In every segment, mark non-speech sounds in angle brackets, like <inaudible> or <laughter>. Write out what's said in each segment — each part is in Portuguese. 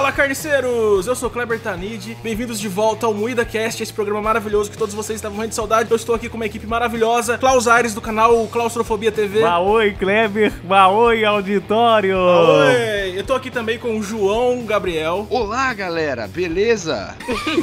Olá, carniceiros! Eu sou Kleber Tanid. Bem-vindos de volta ao Moída Cast, esse programa maravilhoso que todos vocês estavam morrendo de saudade. Eu estou aqui com uma equipe maravilhosa, Klaus Aires do canal Claustrofobia TV. Maoi, Kleber. Maoi, auditório. Oi! Eu tô aqui também com o João Gabriel. Olá, galera, beleza?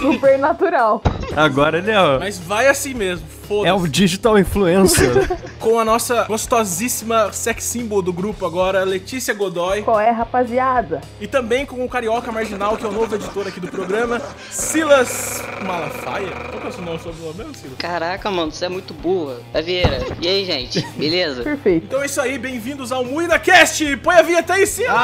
Supernatural. Agora ele é, Mas vai assim mesmo, foda-se. é um digital influencer. Com a nossa gostosíssima sex symbol do grupo agora, Letícia Godoy. Qual é, rapaziada? E também com o Carioca Marginal, que é o novo editor aqui do programa, Silas Malafaia. Qual que é o seu nome sobrenome mesmo, Silas? Caraca, mano, você é muito burra. Taveira. E aí, gente? Beleza? Perfeito. Então é isso aí, bem-vindos ao Muida Cast. Põe a vinheta aí, Silas!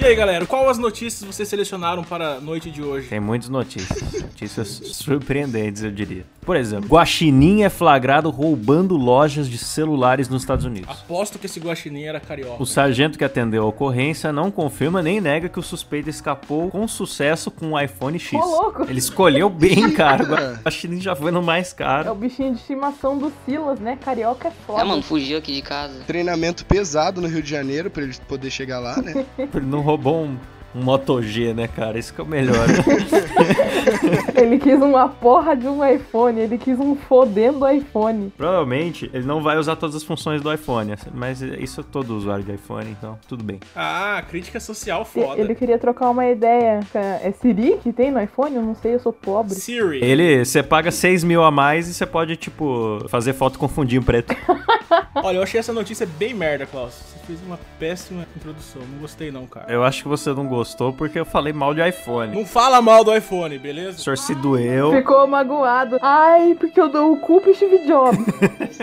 E aí, galera, qual as notícias vocês selecionaram para a noite de hoje? <laughs> Tem muitas notícias. Notícias surpreendentes, eu diria. Por exemplo, Guaxinim é flagrado roubando lojas de celulares nos Estados Unidos. Aposto que esse guaxinim era carioca. O sargento que atendeu a ocorrência não confirma nem nega que o suspeito escapou com sucesso com um iPhone X. Ô, louco. Ele escolheu <laughs> bem caro. O Guaxinim já foi no mais É o caro. bichinho de estimação do Silas, né? Carioca é foda. É, mano, fugiu aqui de <laughs> casa. Treinamento pesado no Rio de Janeiro pra ele poder chegar lá, né? <laughs> Ele não roubou um, um Moto G, né, cara? Isso que é o melhor. <laughs> né? Ele quis uma porra de um iPhone. Ele quis um fodendo iPhone. Provavelmente ele não vai usar todas as funções do iPhone, mas isso é todo usuário de iPhone, então tudo bem. Ah, crítica social E- foda. Ele queria trocar uma ideia. com a- É Siri que tem no iPhone? Eu não sei, eu sou pobre. Siri. Ele, você paga 6 mil a mais e você pode, tipo, fazer foto com fundinho preto. Olha, eu achei essa notícia bem merda, Klaus. Você fez uma péssima introdução. Não gostei, não, cara. Eu acho que você não gostou porque eu falei mal de iPhone. Não fala mal do iPhone, O beleza? senhor se doeu, Ficou magoado. Ai, porque eu dou o cu pro Steve <laughs> Jobs.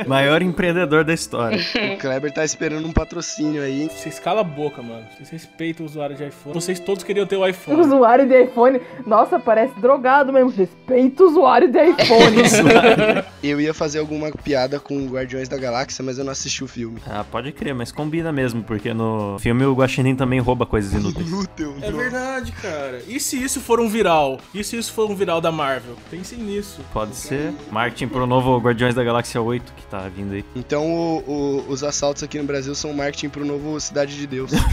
maior empreendedor da história. O Kleber tá esperando um patrocínio aí. Vocês calam a boca, mano. Vocês respeitam o usuário de iPhone. Vocês todos queriam ter o iPhone. usuário de iPhone. Nossa, parece drogado mesmo. Respeita o usuário de <laughs> iPhone. Eu ia fazer alguma piada com Guardiões da Galáxia, mas eu não assisti o <laughs> filme. Ah, pode crer, mas combina mesmo, porque no filme o Guaxinim também rouba coisas inúteis. Glúteo. É verdade, cara. E se isso for um viral? E se isso for um viral da Marvel? Pensem nisso. Pode ser. Martin pro novo Guardiões da Galáxia 8 que tá vindo aí. Então o- o- os assaltos aqui no Brasil são marketing pro novo Cidade de Deus. <laughs>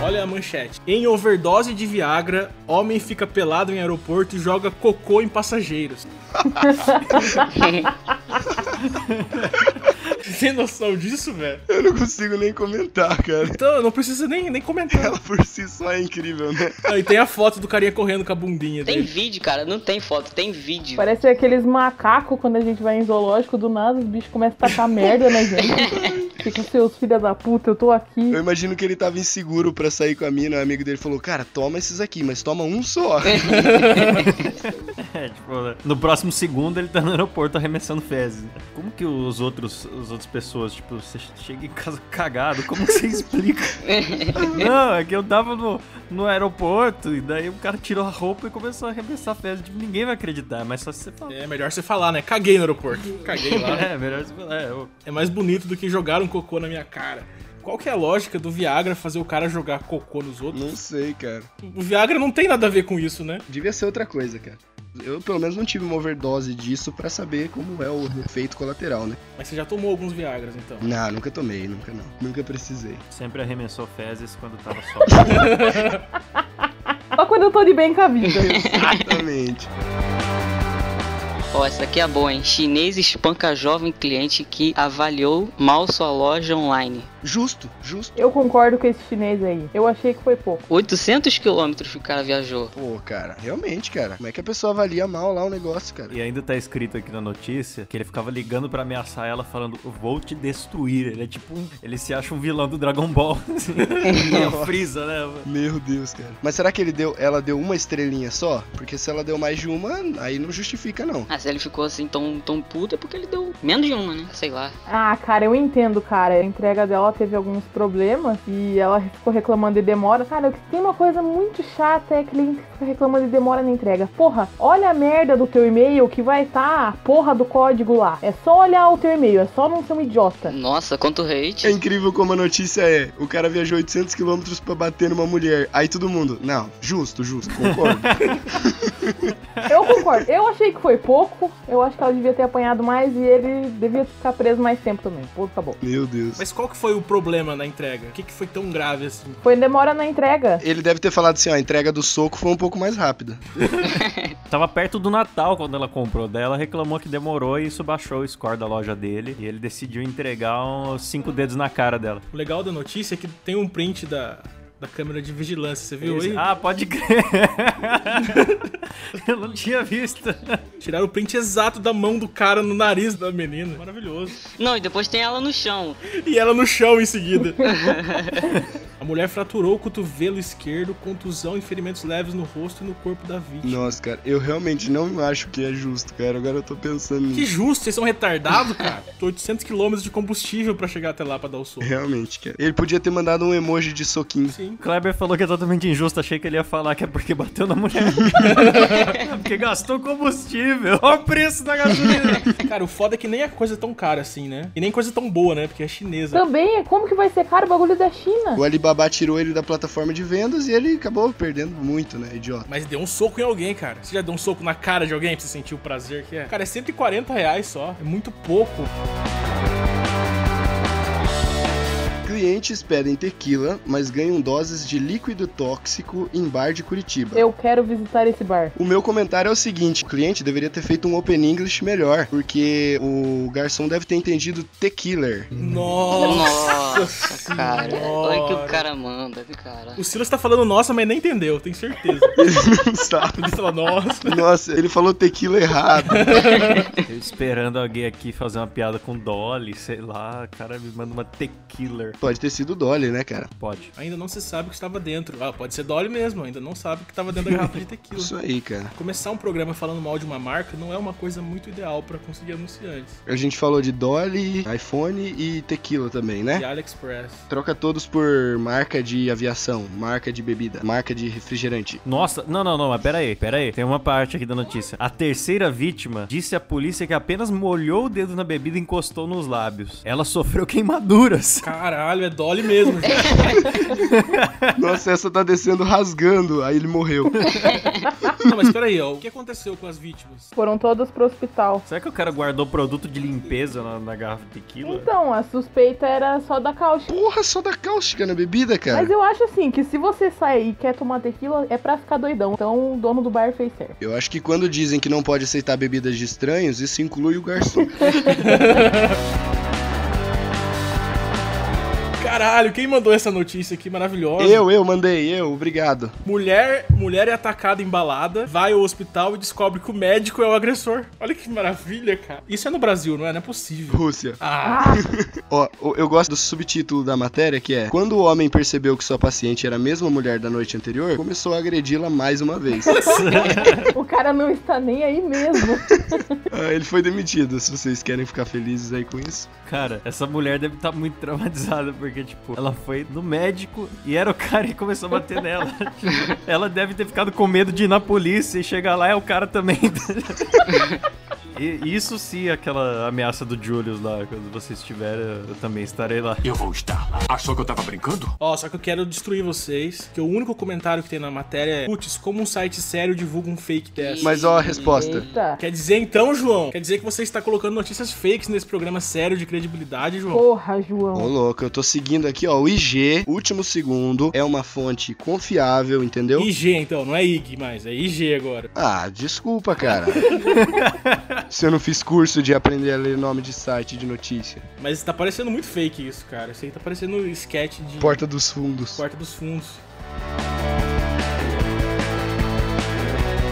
Olha a manchete. Em overdose de Viagra, homem fica pelado em aeroporto e joga cocô em passageiros. <laughs> Você Tem noção disso, velho? eu não consigo nem comentar, cara. <laughs> Então, não precisa nem, nem comentar. Ela por si só é incrível, né? Aí tem a foto do carinha correndo com a bundinha Tem dele. vídeo, cara. Não tem foto, tem vídeo. Parece aqueles macacos quando a gente vai em zoológico, do nada os bichos começam a tacar merda na gente. Fica seus filha da puta, eu tô aqui. Eu imagino que ele tava inseguro pra sair com a mina. O amigo dele falou: Cara, toma esses aqui, mas toma um só. <laughs> É, tipo, no próximo segundo ele tá no aeroporto arremessando fezes. Como que os outros, as outras pessoas, tipo, você chega em casa cagado, como que você explica? Não, é que eu tava no, no aeroporto e daí o cara tirou a roupa e começou a arremessar fezes. Tipo, ninguém vai acreditar, mas só se você falar. É melhor você falar, né? Caguei no aeroporto. Caguei <laughs> lá. É, melhor você falar. É, eu- É mais bonito do que jogar um cocô na minha cara. Qual que é a lógica do Viagra fazer o cara jogar cocô nos outros? não sei, cara. O Viagra não tem nada a ver com isso, né? Devia ser outra coisa, cara. Eu, pelo menos, não tive uma overdose disso pra saber como é o efeito colateral, né? Mas você já tomou alguns Viagras, então. Não, nunca tomei, nunca não. Nunca precisei. <laughs> sempre arremessou fezes quando tava só. Só quando eu tô de bem com a vida. Exatamente. Ó, essa aqui é boa, hein? Chinês espanca jovem cliente que avaliou mal sua loja online. Justo, justo. Eu concordo com esse chinês aí. Eu achei que foi pouco. 800 quilômetros que o cara viajou. Pô, cara, realmente, cara. Como é que a pessoa avalia mal lá o <laughs> negócio, cara? e ainda tá escrito aqui na notícia que ele ficava ligando pra ameaçar ela falando, "Eu vou te destruir. Ele é tipo um. Ele se acha um vilão do Dragon Ball. <laughs> Assim. é o Freeza, né? Meu Deus, cara. Mas será que ele deu, ela deu uma estrelinha só? Porque se ela deu mais de uma, aí não justifica, não. Ah, se ele ficou assim tão, tão puto é porque ele deu menos de uma, né? Sei lá. Ah, cara, eu entendo, cara. A entrega dela ela teve alguns problemas e ela ficou reclamando de demora. Cara, o que tem uma coisa muito chata é cliente que fica reclamando de demora na entrega. Porra, olha a merda do teu e-mail que vai estar a porra do código lá. É só olhar o teu e-mail, é só não ser um idiota. Nossa, quanto hate. É incrível como a notícia é: o cara viajou 800 km pra bater numa mulher. Aí todo mundo, não, justo, justo, concordo. Eu concordo. Eu achei que foi pouco. Eu acho que ela devia ter apanhado mais e ele devia ficar preso mais tempo também. Pô, tá acabou. Meu Deus. Mas qual que foi o problema na entrega? O que, que foi tão grave assim? Foi demora na entrega. Ele deve ter falado assim: ó, a entrega do soco foi um pouco mais rápida. Tava perto do Natal quando ela comprou. Daí ela reclamou que demorou e isso baixou o score da loja dele. E ele decidiu entregar uns cinco dedos na cara dela. O legal da notícia é que tem um print da, da câmera de vigilância, você viu aí? Ah, pode crer. <laughs> Eu não tinha visto. Tiraram o print exato da mão do cara no nariz da menina. Maravilhoso. Não, e depois tem ela no chão. E ela no chão em seguida. <laughs> A mulher fraturou o cotovelo esquerdo, contusão e ferimentos leves no rosto e no corpo da vítima. Nossa, cara, eu realmente não acho que é justo, cara. Agora eu tô pensando Que nisso. justo, vocês são retardados, cara. Tô 800 km de combustível pra chegar até lá pra dar o soco. Realmente, cara. Ele podia ter mandado um emoji de soquinho. Sim. Kleber falou que é totalmente injusto, achei que ele ia falar que é porque bateu na <laughs> mulher. É porque gastou combustível. Olha o preço da gasolina. <laughs> Cara, o foda é que nem a coisa é tão cara assim, né? E nem coisa tão boa, né? Porque é chinesa. Também é como que vai ser caro o bagulho da China? O Alibaba tirou ele da plataforma de vendas e ele acabou perdendo muito, né? Idiota. Mas deu um soco em alguém, cara. Você já deu um soco na cara de alguém pra você sentir o prazer que é? Cara, é 140 reais só. É muito pouco. Clientes pedem tequila, mas ganham doses de líquido tóxico em bar de Curitiba. Eu quero visitar esse bar. O meu comentário é o seguinte: o cliente deveria ter feito um Open English melhor, porque o garçom deve ter entendido tequila. <laughs> Nossa, Nossa, cara. Olha que o senhora. cara manda, cara. O Silas tá falando nossa, mas nem entendeu, tenho certeza. Sabe? Ele fala, nossa. Nossa, ele falou tequila errado. Eu esperando alguém aqui fazer uma piada com Dolly, sei lá. O cara me manda uma tequila. Pode ter sido o Dolly, né, cara? Pode. Ainda não se sabe o que estava dentro. Ah, pode ser Dolly mesmo, ainda não sabe o que estava dentro da garrafa de tequila. Isso aí, cara. Começar um programa falando mal de uma marca não é uma coisa muito ideal pra conseguir anunciantes. A gente falou de Dolly, iPhone e tequila também, E É? né? AliExpress. Troca todos por marca de aviação, marca de bebida, marca de <laughs> refrigerante. Nossa, não, não, não, mas pera aí, pera aí. Tem uma parte aqui da notícia. A terceira vítima disse à polícia que apenas molhou o dedo na bebida e encostou nos lábios. Ela sofreu queimaduras. Caralho, é Dolly mesmo, gente. Nossa, essa tá descendo rasgando, aí ele <laughs> morreu. Não, mas peraí, ó. O que aconteceu com as vítimas? Foram todas pro hospital. Será que o cara guardou produto de limpeza na, na garrafa de tequila? Então, a suspeita era só da caucha. Porra, só da cáustica na bebida, cara. Mas eu acho assim, que se você sai e quer tomar tequila, é pra ficar doidão. Então o dono do bar fez certo. Eu acho que quando dizem que não pode aceitar bebidas de estranhos, isso inclui o garçom. Caralho, quem mandou essa notícia aqui maravilhosa? eu, eu mandei, eu, obrigado. Mulher, mulher é atacada em balada, vai ao hospital e descobre que o médico é o agressor. Olha que maravilha, cara. Isso é no Brasil, não é? Não é possível. Rússia. Ah, Ó, o- eu gosto do subtítulo da matéria que é: Quando o homem percebeu que sua paciente era a mesma mulher da noite anterior, começou a agredi-la mais uma vez. O cara não está nem aí mesmo. Ah, ele foi demitido. Se vocês querem ficar felizes aí com isso. Cara, essa mulher deve estar muito traumatizada, porque, tipo, ela foi no médico e era o cara que começou a bater <laughs> nela. ela deve ter ficado com medo de ir na polícia e chegar lá é o cara também. <laughs> E isso sim, aquela ameaça do Julius lá, quando você estiver, eu também estarei lá. Eu vou estar lá. Achou que eu tava brincando? Ó, só que eu quero destruir vocês, que o único comentário que tem na matéria é Putz, como um site sério divulga um fake dessa? Mas ó, a resposta. Eita. Quer dizer então, João? Quer dizer que você está colocando notícias fakes nesse programa sério de credibilidade, João? Porra, Ô, João. louco, eu tô seguindo aqui, ó. O IG, último segundo, é uma fonte confiável, entendeu? IG então, não é IG mais, é IG agora. Ah, desculpa, cara. Se eu não fiz curso de aprender a ler nome de site de notícia. Mas tá parecendo muito fake isso, cara. Isso aí tá parecendo um sketch de Porta dos Fundos. Porta dos Fundos.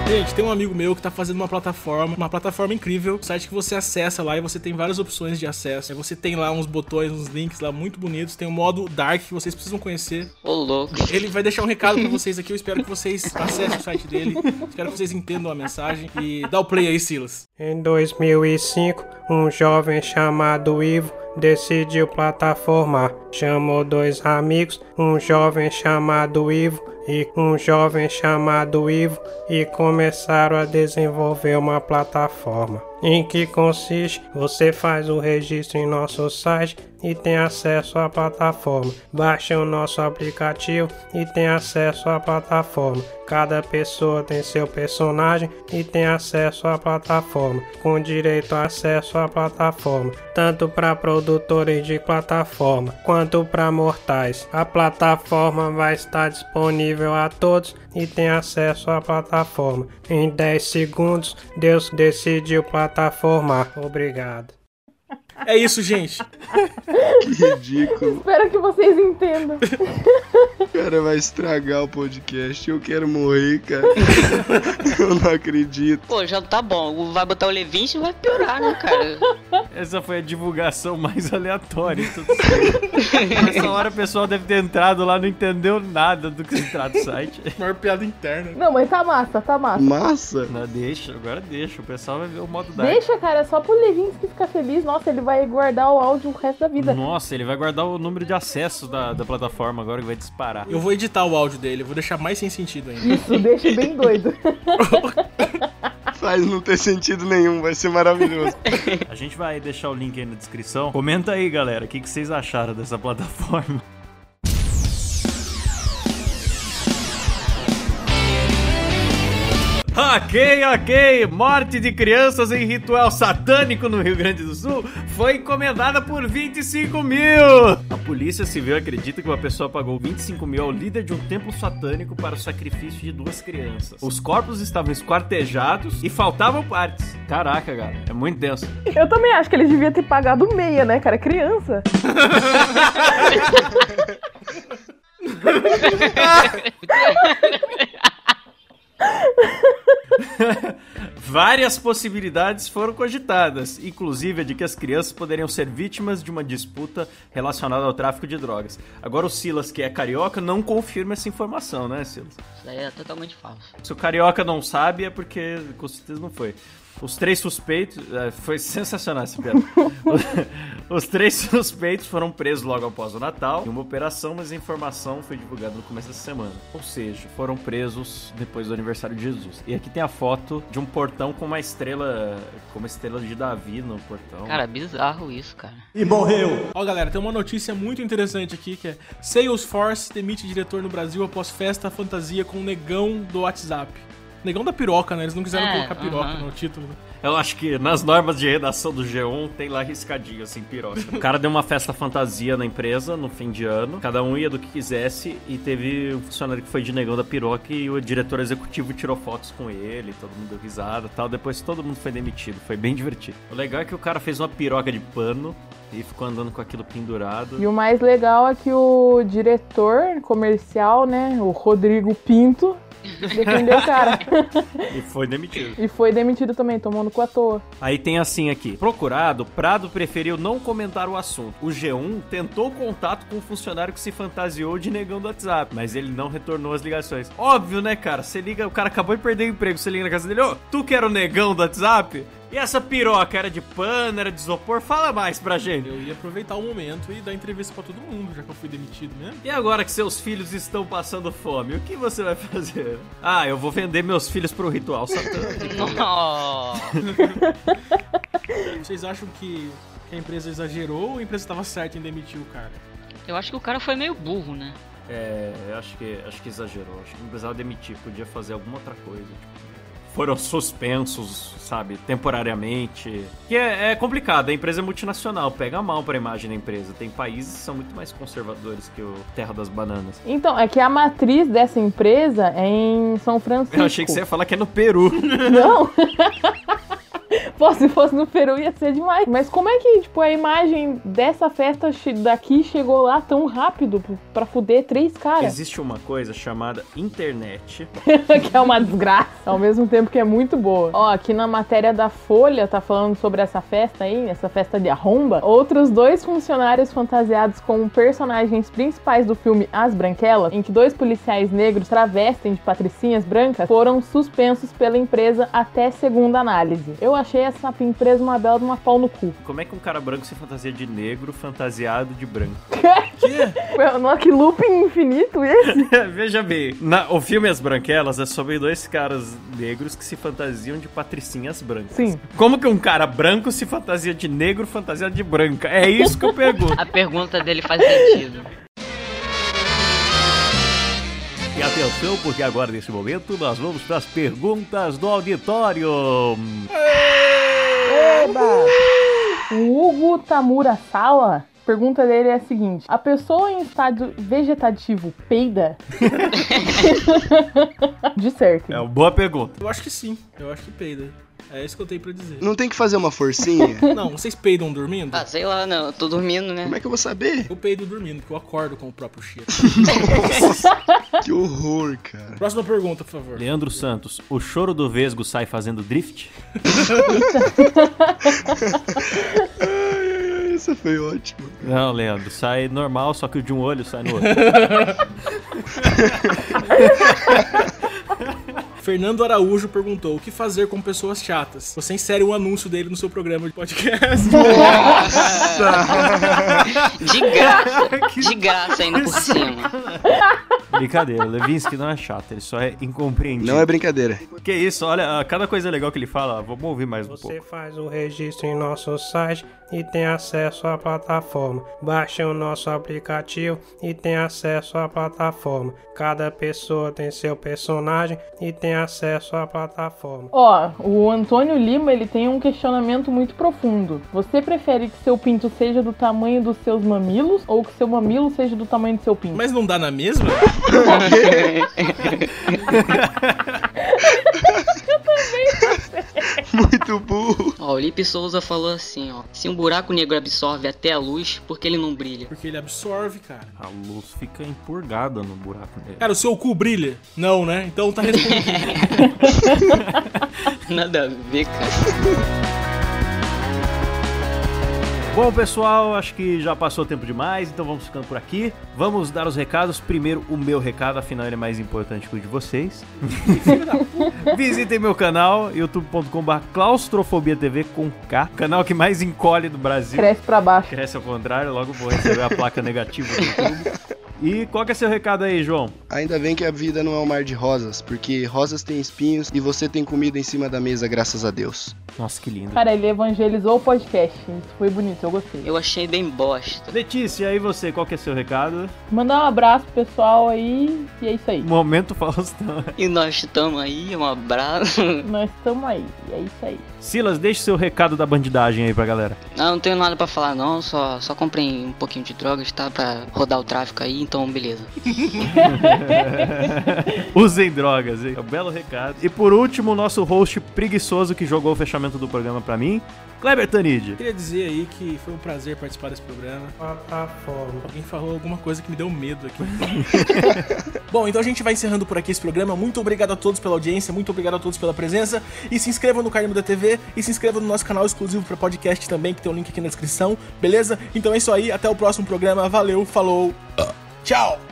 Gente, tem um amigo meu que tá fazendo uma plataforma, uma plataforma incrível, um site que você acessa lá e você tem várias opções de acesso. Aí Você tem lá uns botões, uns links lá muito bonitos, tem o modo dark que vocês precisam conhecer. <laughs> Ô, louco. Ele vai deixar um recado pra vocês aqui. Eu espero que vocês acessem o site dele. Espero que vocês entendam a mensagem. E dá o play aí, Silas. Em 2005, um jovem chamado Ivo decidiu plataformar. Chamou dois amigos, um jovem chamado Ivo e um jovem chamado Ivo, e começaram a desenvolver uma plataforma. Em que consiste? Você faz o registro em nosso site e tem acesso à plataforma. Baixa o nosso aplicativo e tem acesso à plataforma. Cada pessoa tem seu personagem e tem acesso à plataforma, com direito a acesso à plataforma, tanto para produtores de plataforma quanto para mortais. A plataforma vai estar disponível a todos e tem acesso à plataforma. Em 10 segundos, Deus decidiu plataformar. Obrigado. É isso, gente. Ridículo. Espero que vocês entendam. O cara vai estragar o podcast. Eu quero morrer, cara. Eu não acredito. Pô, já tá bom. Vai botar o Levinte e vai piorar, né, cara? Essa foi a divulgação mais aleatória. Então, Nessa hora o pessoal deve ter entrado lá, não entendeu nada do que se trata o site. Maior piada interna. Não, mas tá massa, tá massa. Massa. Não, deixa, agora deixa. O pessoal vai ver o modo dark. Deixa, cara, só pro Levinsky ficar feliz. Nossa, ele vai guardar o áudio o resto da vida. Nossa, ele vai guardar o número de acesso da, da plataforma agora que vai disparar. Eu vou editar o áudio dele, eu vou deixar mais sem sentido ainda. Isso deixa bem doido. Faz não ter sentido nenhum. Vai ser maravilhoso. A gente vai deixar o link aí na descrição. Comenta aí, galera, o que, que vocês acharam dessa plataforma. Ok, ok. Morte de crianças em ritual satânico no Rio Grande do Sul foi encomendada por 25 mil. A polícia civil acredita que uma pessoa pagou 25 mil ao líder de um templo satânico para o sacrifício de duas crianças. Os corpos estavam esquartejados e faltavam partes. Caraca, cara, é muito denso. <laughs> Eu também acho que eles deviam ter pagado meia, né, cara? Criança. Várias possibilidades foram cogitadas, inclusive a de que as crianças poderiam ser vítimas de uma disputa relacionada ao tráfico de drogas. Agora o Silas, que é carioca, não confirma essa informação, né, Silas? Isso daí é totalmente falso. Se o carioca não sabe, é porque com certeza não foi. Os três suspeitos. eh, Foi <laughs> sensacional esse piada. Os três suspeitos foram presos logo após o Natal em uma operação, mas a informação foi divulgada no começo dessa semana. Ou seja, foram presos depois do aniversário de Jesus. E aqui tem a foto de um portão com uma estrela. com uma estrela de Davi no portão. Cara, é bizarro isso, <laughs> cara. Ó, galera, tem uma notícia muito interessante aqui que é Salesforce demite diretor no Brasil após festa fantasia com o negão do WhatsApp. Negão da piroca, né? Eles não quiseram É, colocar piroca aham. no título. né? Eu acho que nas normas de redação do G1 tem lá riscadinho, assim, piroca. O cara deu uma festa fantasia na empresa no fim de ano. Cada um ia do que quisesse e teve um funcionário que foi de negão da piroca e o diretor executivo tirou fotos com ele, todo mundo deu risada e tal. Depois todo mundo foi demitido, foi bem divertido. O legal é que o cara fez uma piroca de pano e ficou andando com aquilo pendurado. E o mais legal é que o diretor comercial, né, o Rodrigo Pinto, defendeu o <laughs> cara. E foi demitido. e foi demitido também, tomou no cu à toa. Aí tem assim aqui. Procurado, Prado preferiu não comentar o assunto. O G1 tentou contato com o funcionário que se fantasiou de negão do WhatsApp, mas ele não retornou as ligações. Óbvio, né, cara? Você liga, o cara acabou de perder o emprego, você liga na casa dele, ô, tu que era o negão do WhatsApp? E essa piroca era de pano, era de isopor? Fala mais pra gente. Eu ia aproveitar o momento e dar entrevista pra todo mundo, já que eu fui demitido mesmo. E agora que seus filhos estão passando fome, o que você vai <laughs> fazer? Ah, eu vou vender meus filhos pro ritual satânico. Oh, Vocês acham que que a empresa exagerou ou a empresa estava certa em demitir o cara? eu acho que o cara foi meio burro, né? É, eu acho que, acho que exagerou. Acho que não precisava demitir, podia fazer alguma outra coisa. tipo. Foram suspensos, sabe, temporariamente. Que é, é complicado, a empresa é multinacional, pega mal pra imagem da empresa. Tem países que são muito mais conservadores que o Terra das Bananas. Então, é que a matriz dessa empresa é em São Francisco. Eu achei que você ia falar que é no Peru. Não! <laughs> Pô, se fosse no Peru ia ser demais. Mas como é que, tipo, a imagem dessa festa che- daqui chegou lá tão rápido pra fuder três caras? Existe uma coisa chamada internet. <laughs> que é uma desgraça, ao mesmo tempo que é muito boa. Ó, aqui na matéria da Folha tá falando sobre essa festa aí, essa festa de arromba. Outros dois funcionários fantasiados como personagens principais do filme As Branquelas, em que dois policiais negros travestem de patricinhas brancas, foram suspensos pela empresa até segunda análise. Eu achei essa empresa uma bela de uma pau no cu. Como é que um cara branco se fantasia de negro fantasiado de branco? Que? Meu, Nossa, que looping infinito esse? <laughs> Veja bem, na- o filme As Branquelas é sobre dois caras negros que se fantasiam de patricinhas brancas. Sim. Como que um cara branco se fantasia de negro fantasiado de branca? É isso que eu pergunto. A pergunta dele faz sentido. <laughs> E atenção, porque agora, nesse momento, nós vamos para as perguntas do auditório. O Hugo Tamura Sala, pergunta dele é a seguinte: A pessoa em estado vegetativo peida? <laughs> de certo. É uma boa pergunta. Eu acho que sim. Eu acho que peida. É isso que eu tenho pra dizer. Não tem que fazer uma forcinha? Não, vocês peidam dormindo? Ah, sei lá, não. Eu tô dormindo, né? Como é que eu vou saber? Eu peido dormindo, porque eu acordo com o próprio cheiro. Que horror, cara. Próxima pergunta, por favor. Leandro Santos, o choro do Vesgo sai fazendo drift? Isso foi ótimo. Não, Leandro, sai normal, só que o de um olho sai no outro. <laughs> Fernando Araújo perguntou: o que fazer com pessoas chatas? Você insere um anúncio dele no seu programa de podcast. De graça. <laughs> De graça ainda por cima. Brincadeira, o Levinsky não é chato, ele só é incompreendido. Não é brincadeira. Que isso, olha, ah, cada coisa legal que ele fala, vamos ouvir mais um Você pouco. faz o registro em nosso site e tem acesso à plataforma. Baixa o nosso aplicativo e tem acesso à plataforma. Cada pessoa tem seu personagem e tem acesso à plataforma. Ó, o Antônio Lima, ele tem um questionamento muito profundo. Você prefere que seu pinto seja do tamanho dos seus mamilos ou que seu mamilo seja do tamanho do seu pinto? Mas não dá na mesma? Muito burro. Ó, o Lipe Souza falou assim, ó. Se um buraco negro absorve até a luz, por que ele não brilha? <laughs> Porque ele absorve, cara. A luz fica empurgada no buraco dele. Cara, o seu cu brilha? Não, né? Então tá respondido. Nada a ver, cara. É, Bom, pessoal, acho que já passou tempo demais, então vamos ficando por aqui. Vamos dar os recados. Primeiro, o meu recado, afinal ele é mais importante que o de vocês. Visitem meu canal, youtube.com.br claustrofobia TV com K, canal que mais encolhe do Brasil. Cresce pra baixo. Cresce ao contrário, logo vou receber a placa negativa do YouTube. E qual que é seu recado aí, João? Ainda bem que a vida não é um mar de rosas, porque rosas têm espinhos e você tem comida em cima da mesa, graças a Deus. Nossa, que lindo. Cara, ele evangelizou o podcast. Isso foi bonito, eu gostei. Eu achei bem bosta. Letícia, e você, qual que é seu recado? Mandar um abraço pro pessoal aí e é isso <laughs> aí. Momento Faustão. E nós estamos aí, um abraço. Nós estamos aí, e é isso aí. Silas, deixa seu recado da bandidagem aí pra <laughs> galera. Não, não tenho nada pra falar não, só, só comprei um pouquinho de drogas, tá? Pra rodar o tráfico aí, então beleza. Usem drogas, hein? É um belo recado. E por último, o nosso host preguiçoso que jogou o fechamento do programa pra mim, Kleber Tanid. Queria dizer aí que foi um prazer participar desse programa. Plataforma. Alguém falou alguma coisa que me deu medo aqui. <laughs> Bom, então a gente vai encerrando por aqui esse programa. Muito obrigado a todos pela audiência, muito obrigado a todos pela presença. E se inscreva no Carmo da TV e se inscreva no nosso canal exclusivo para podcast também, que tem o link aqui na descrição, beleza? Então é isso aí, até o próximo programa. Valeu, falou, tchau!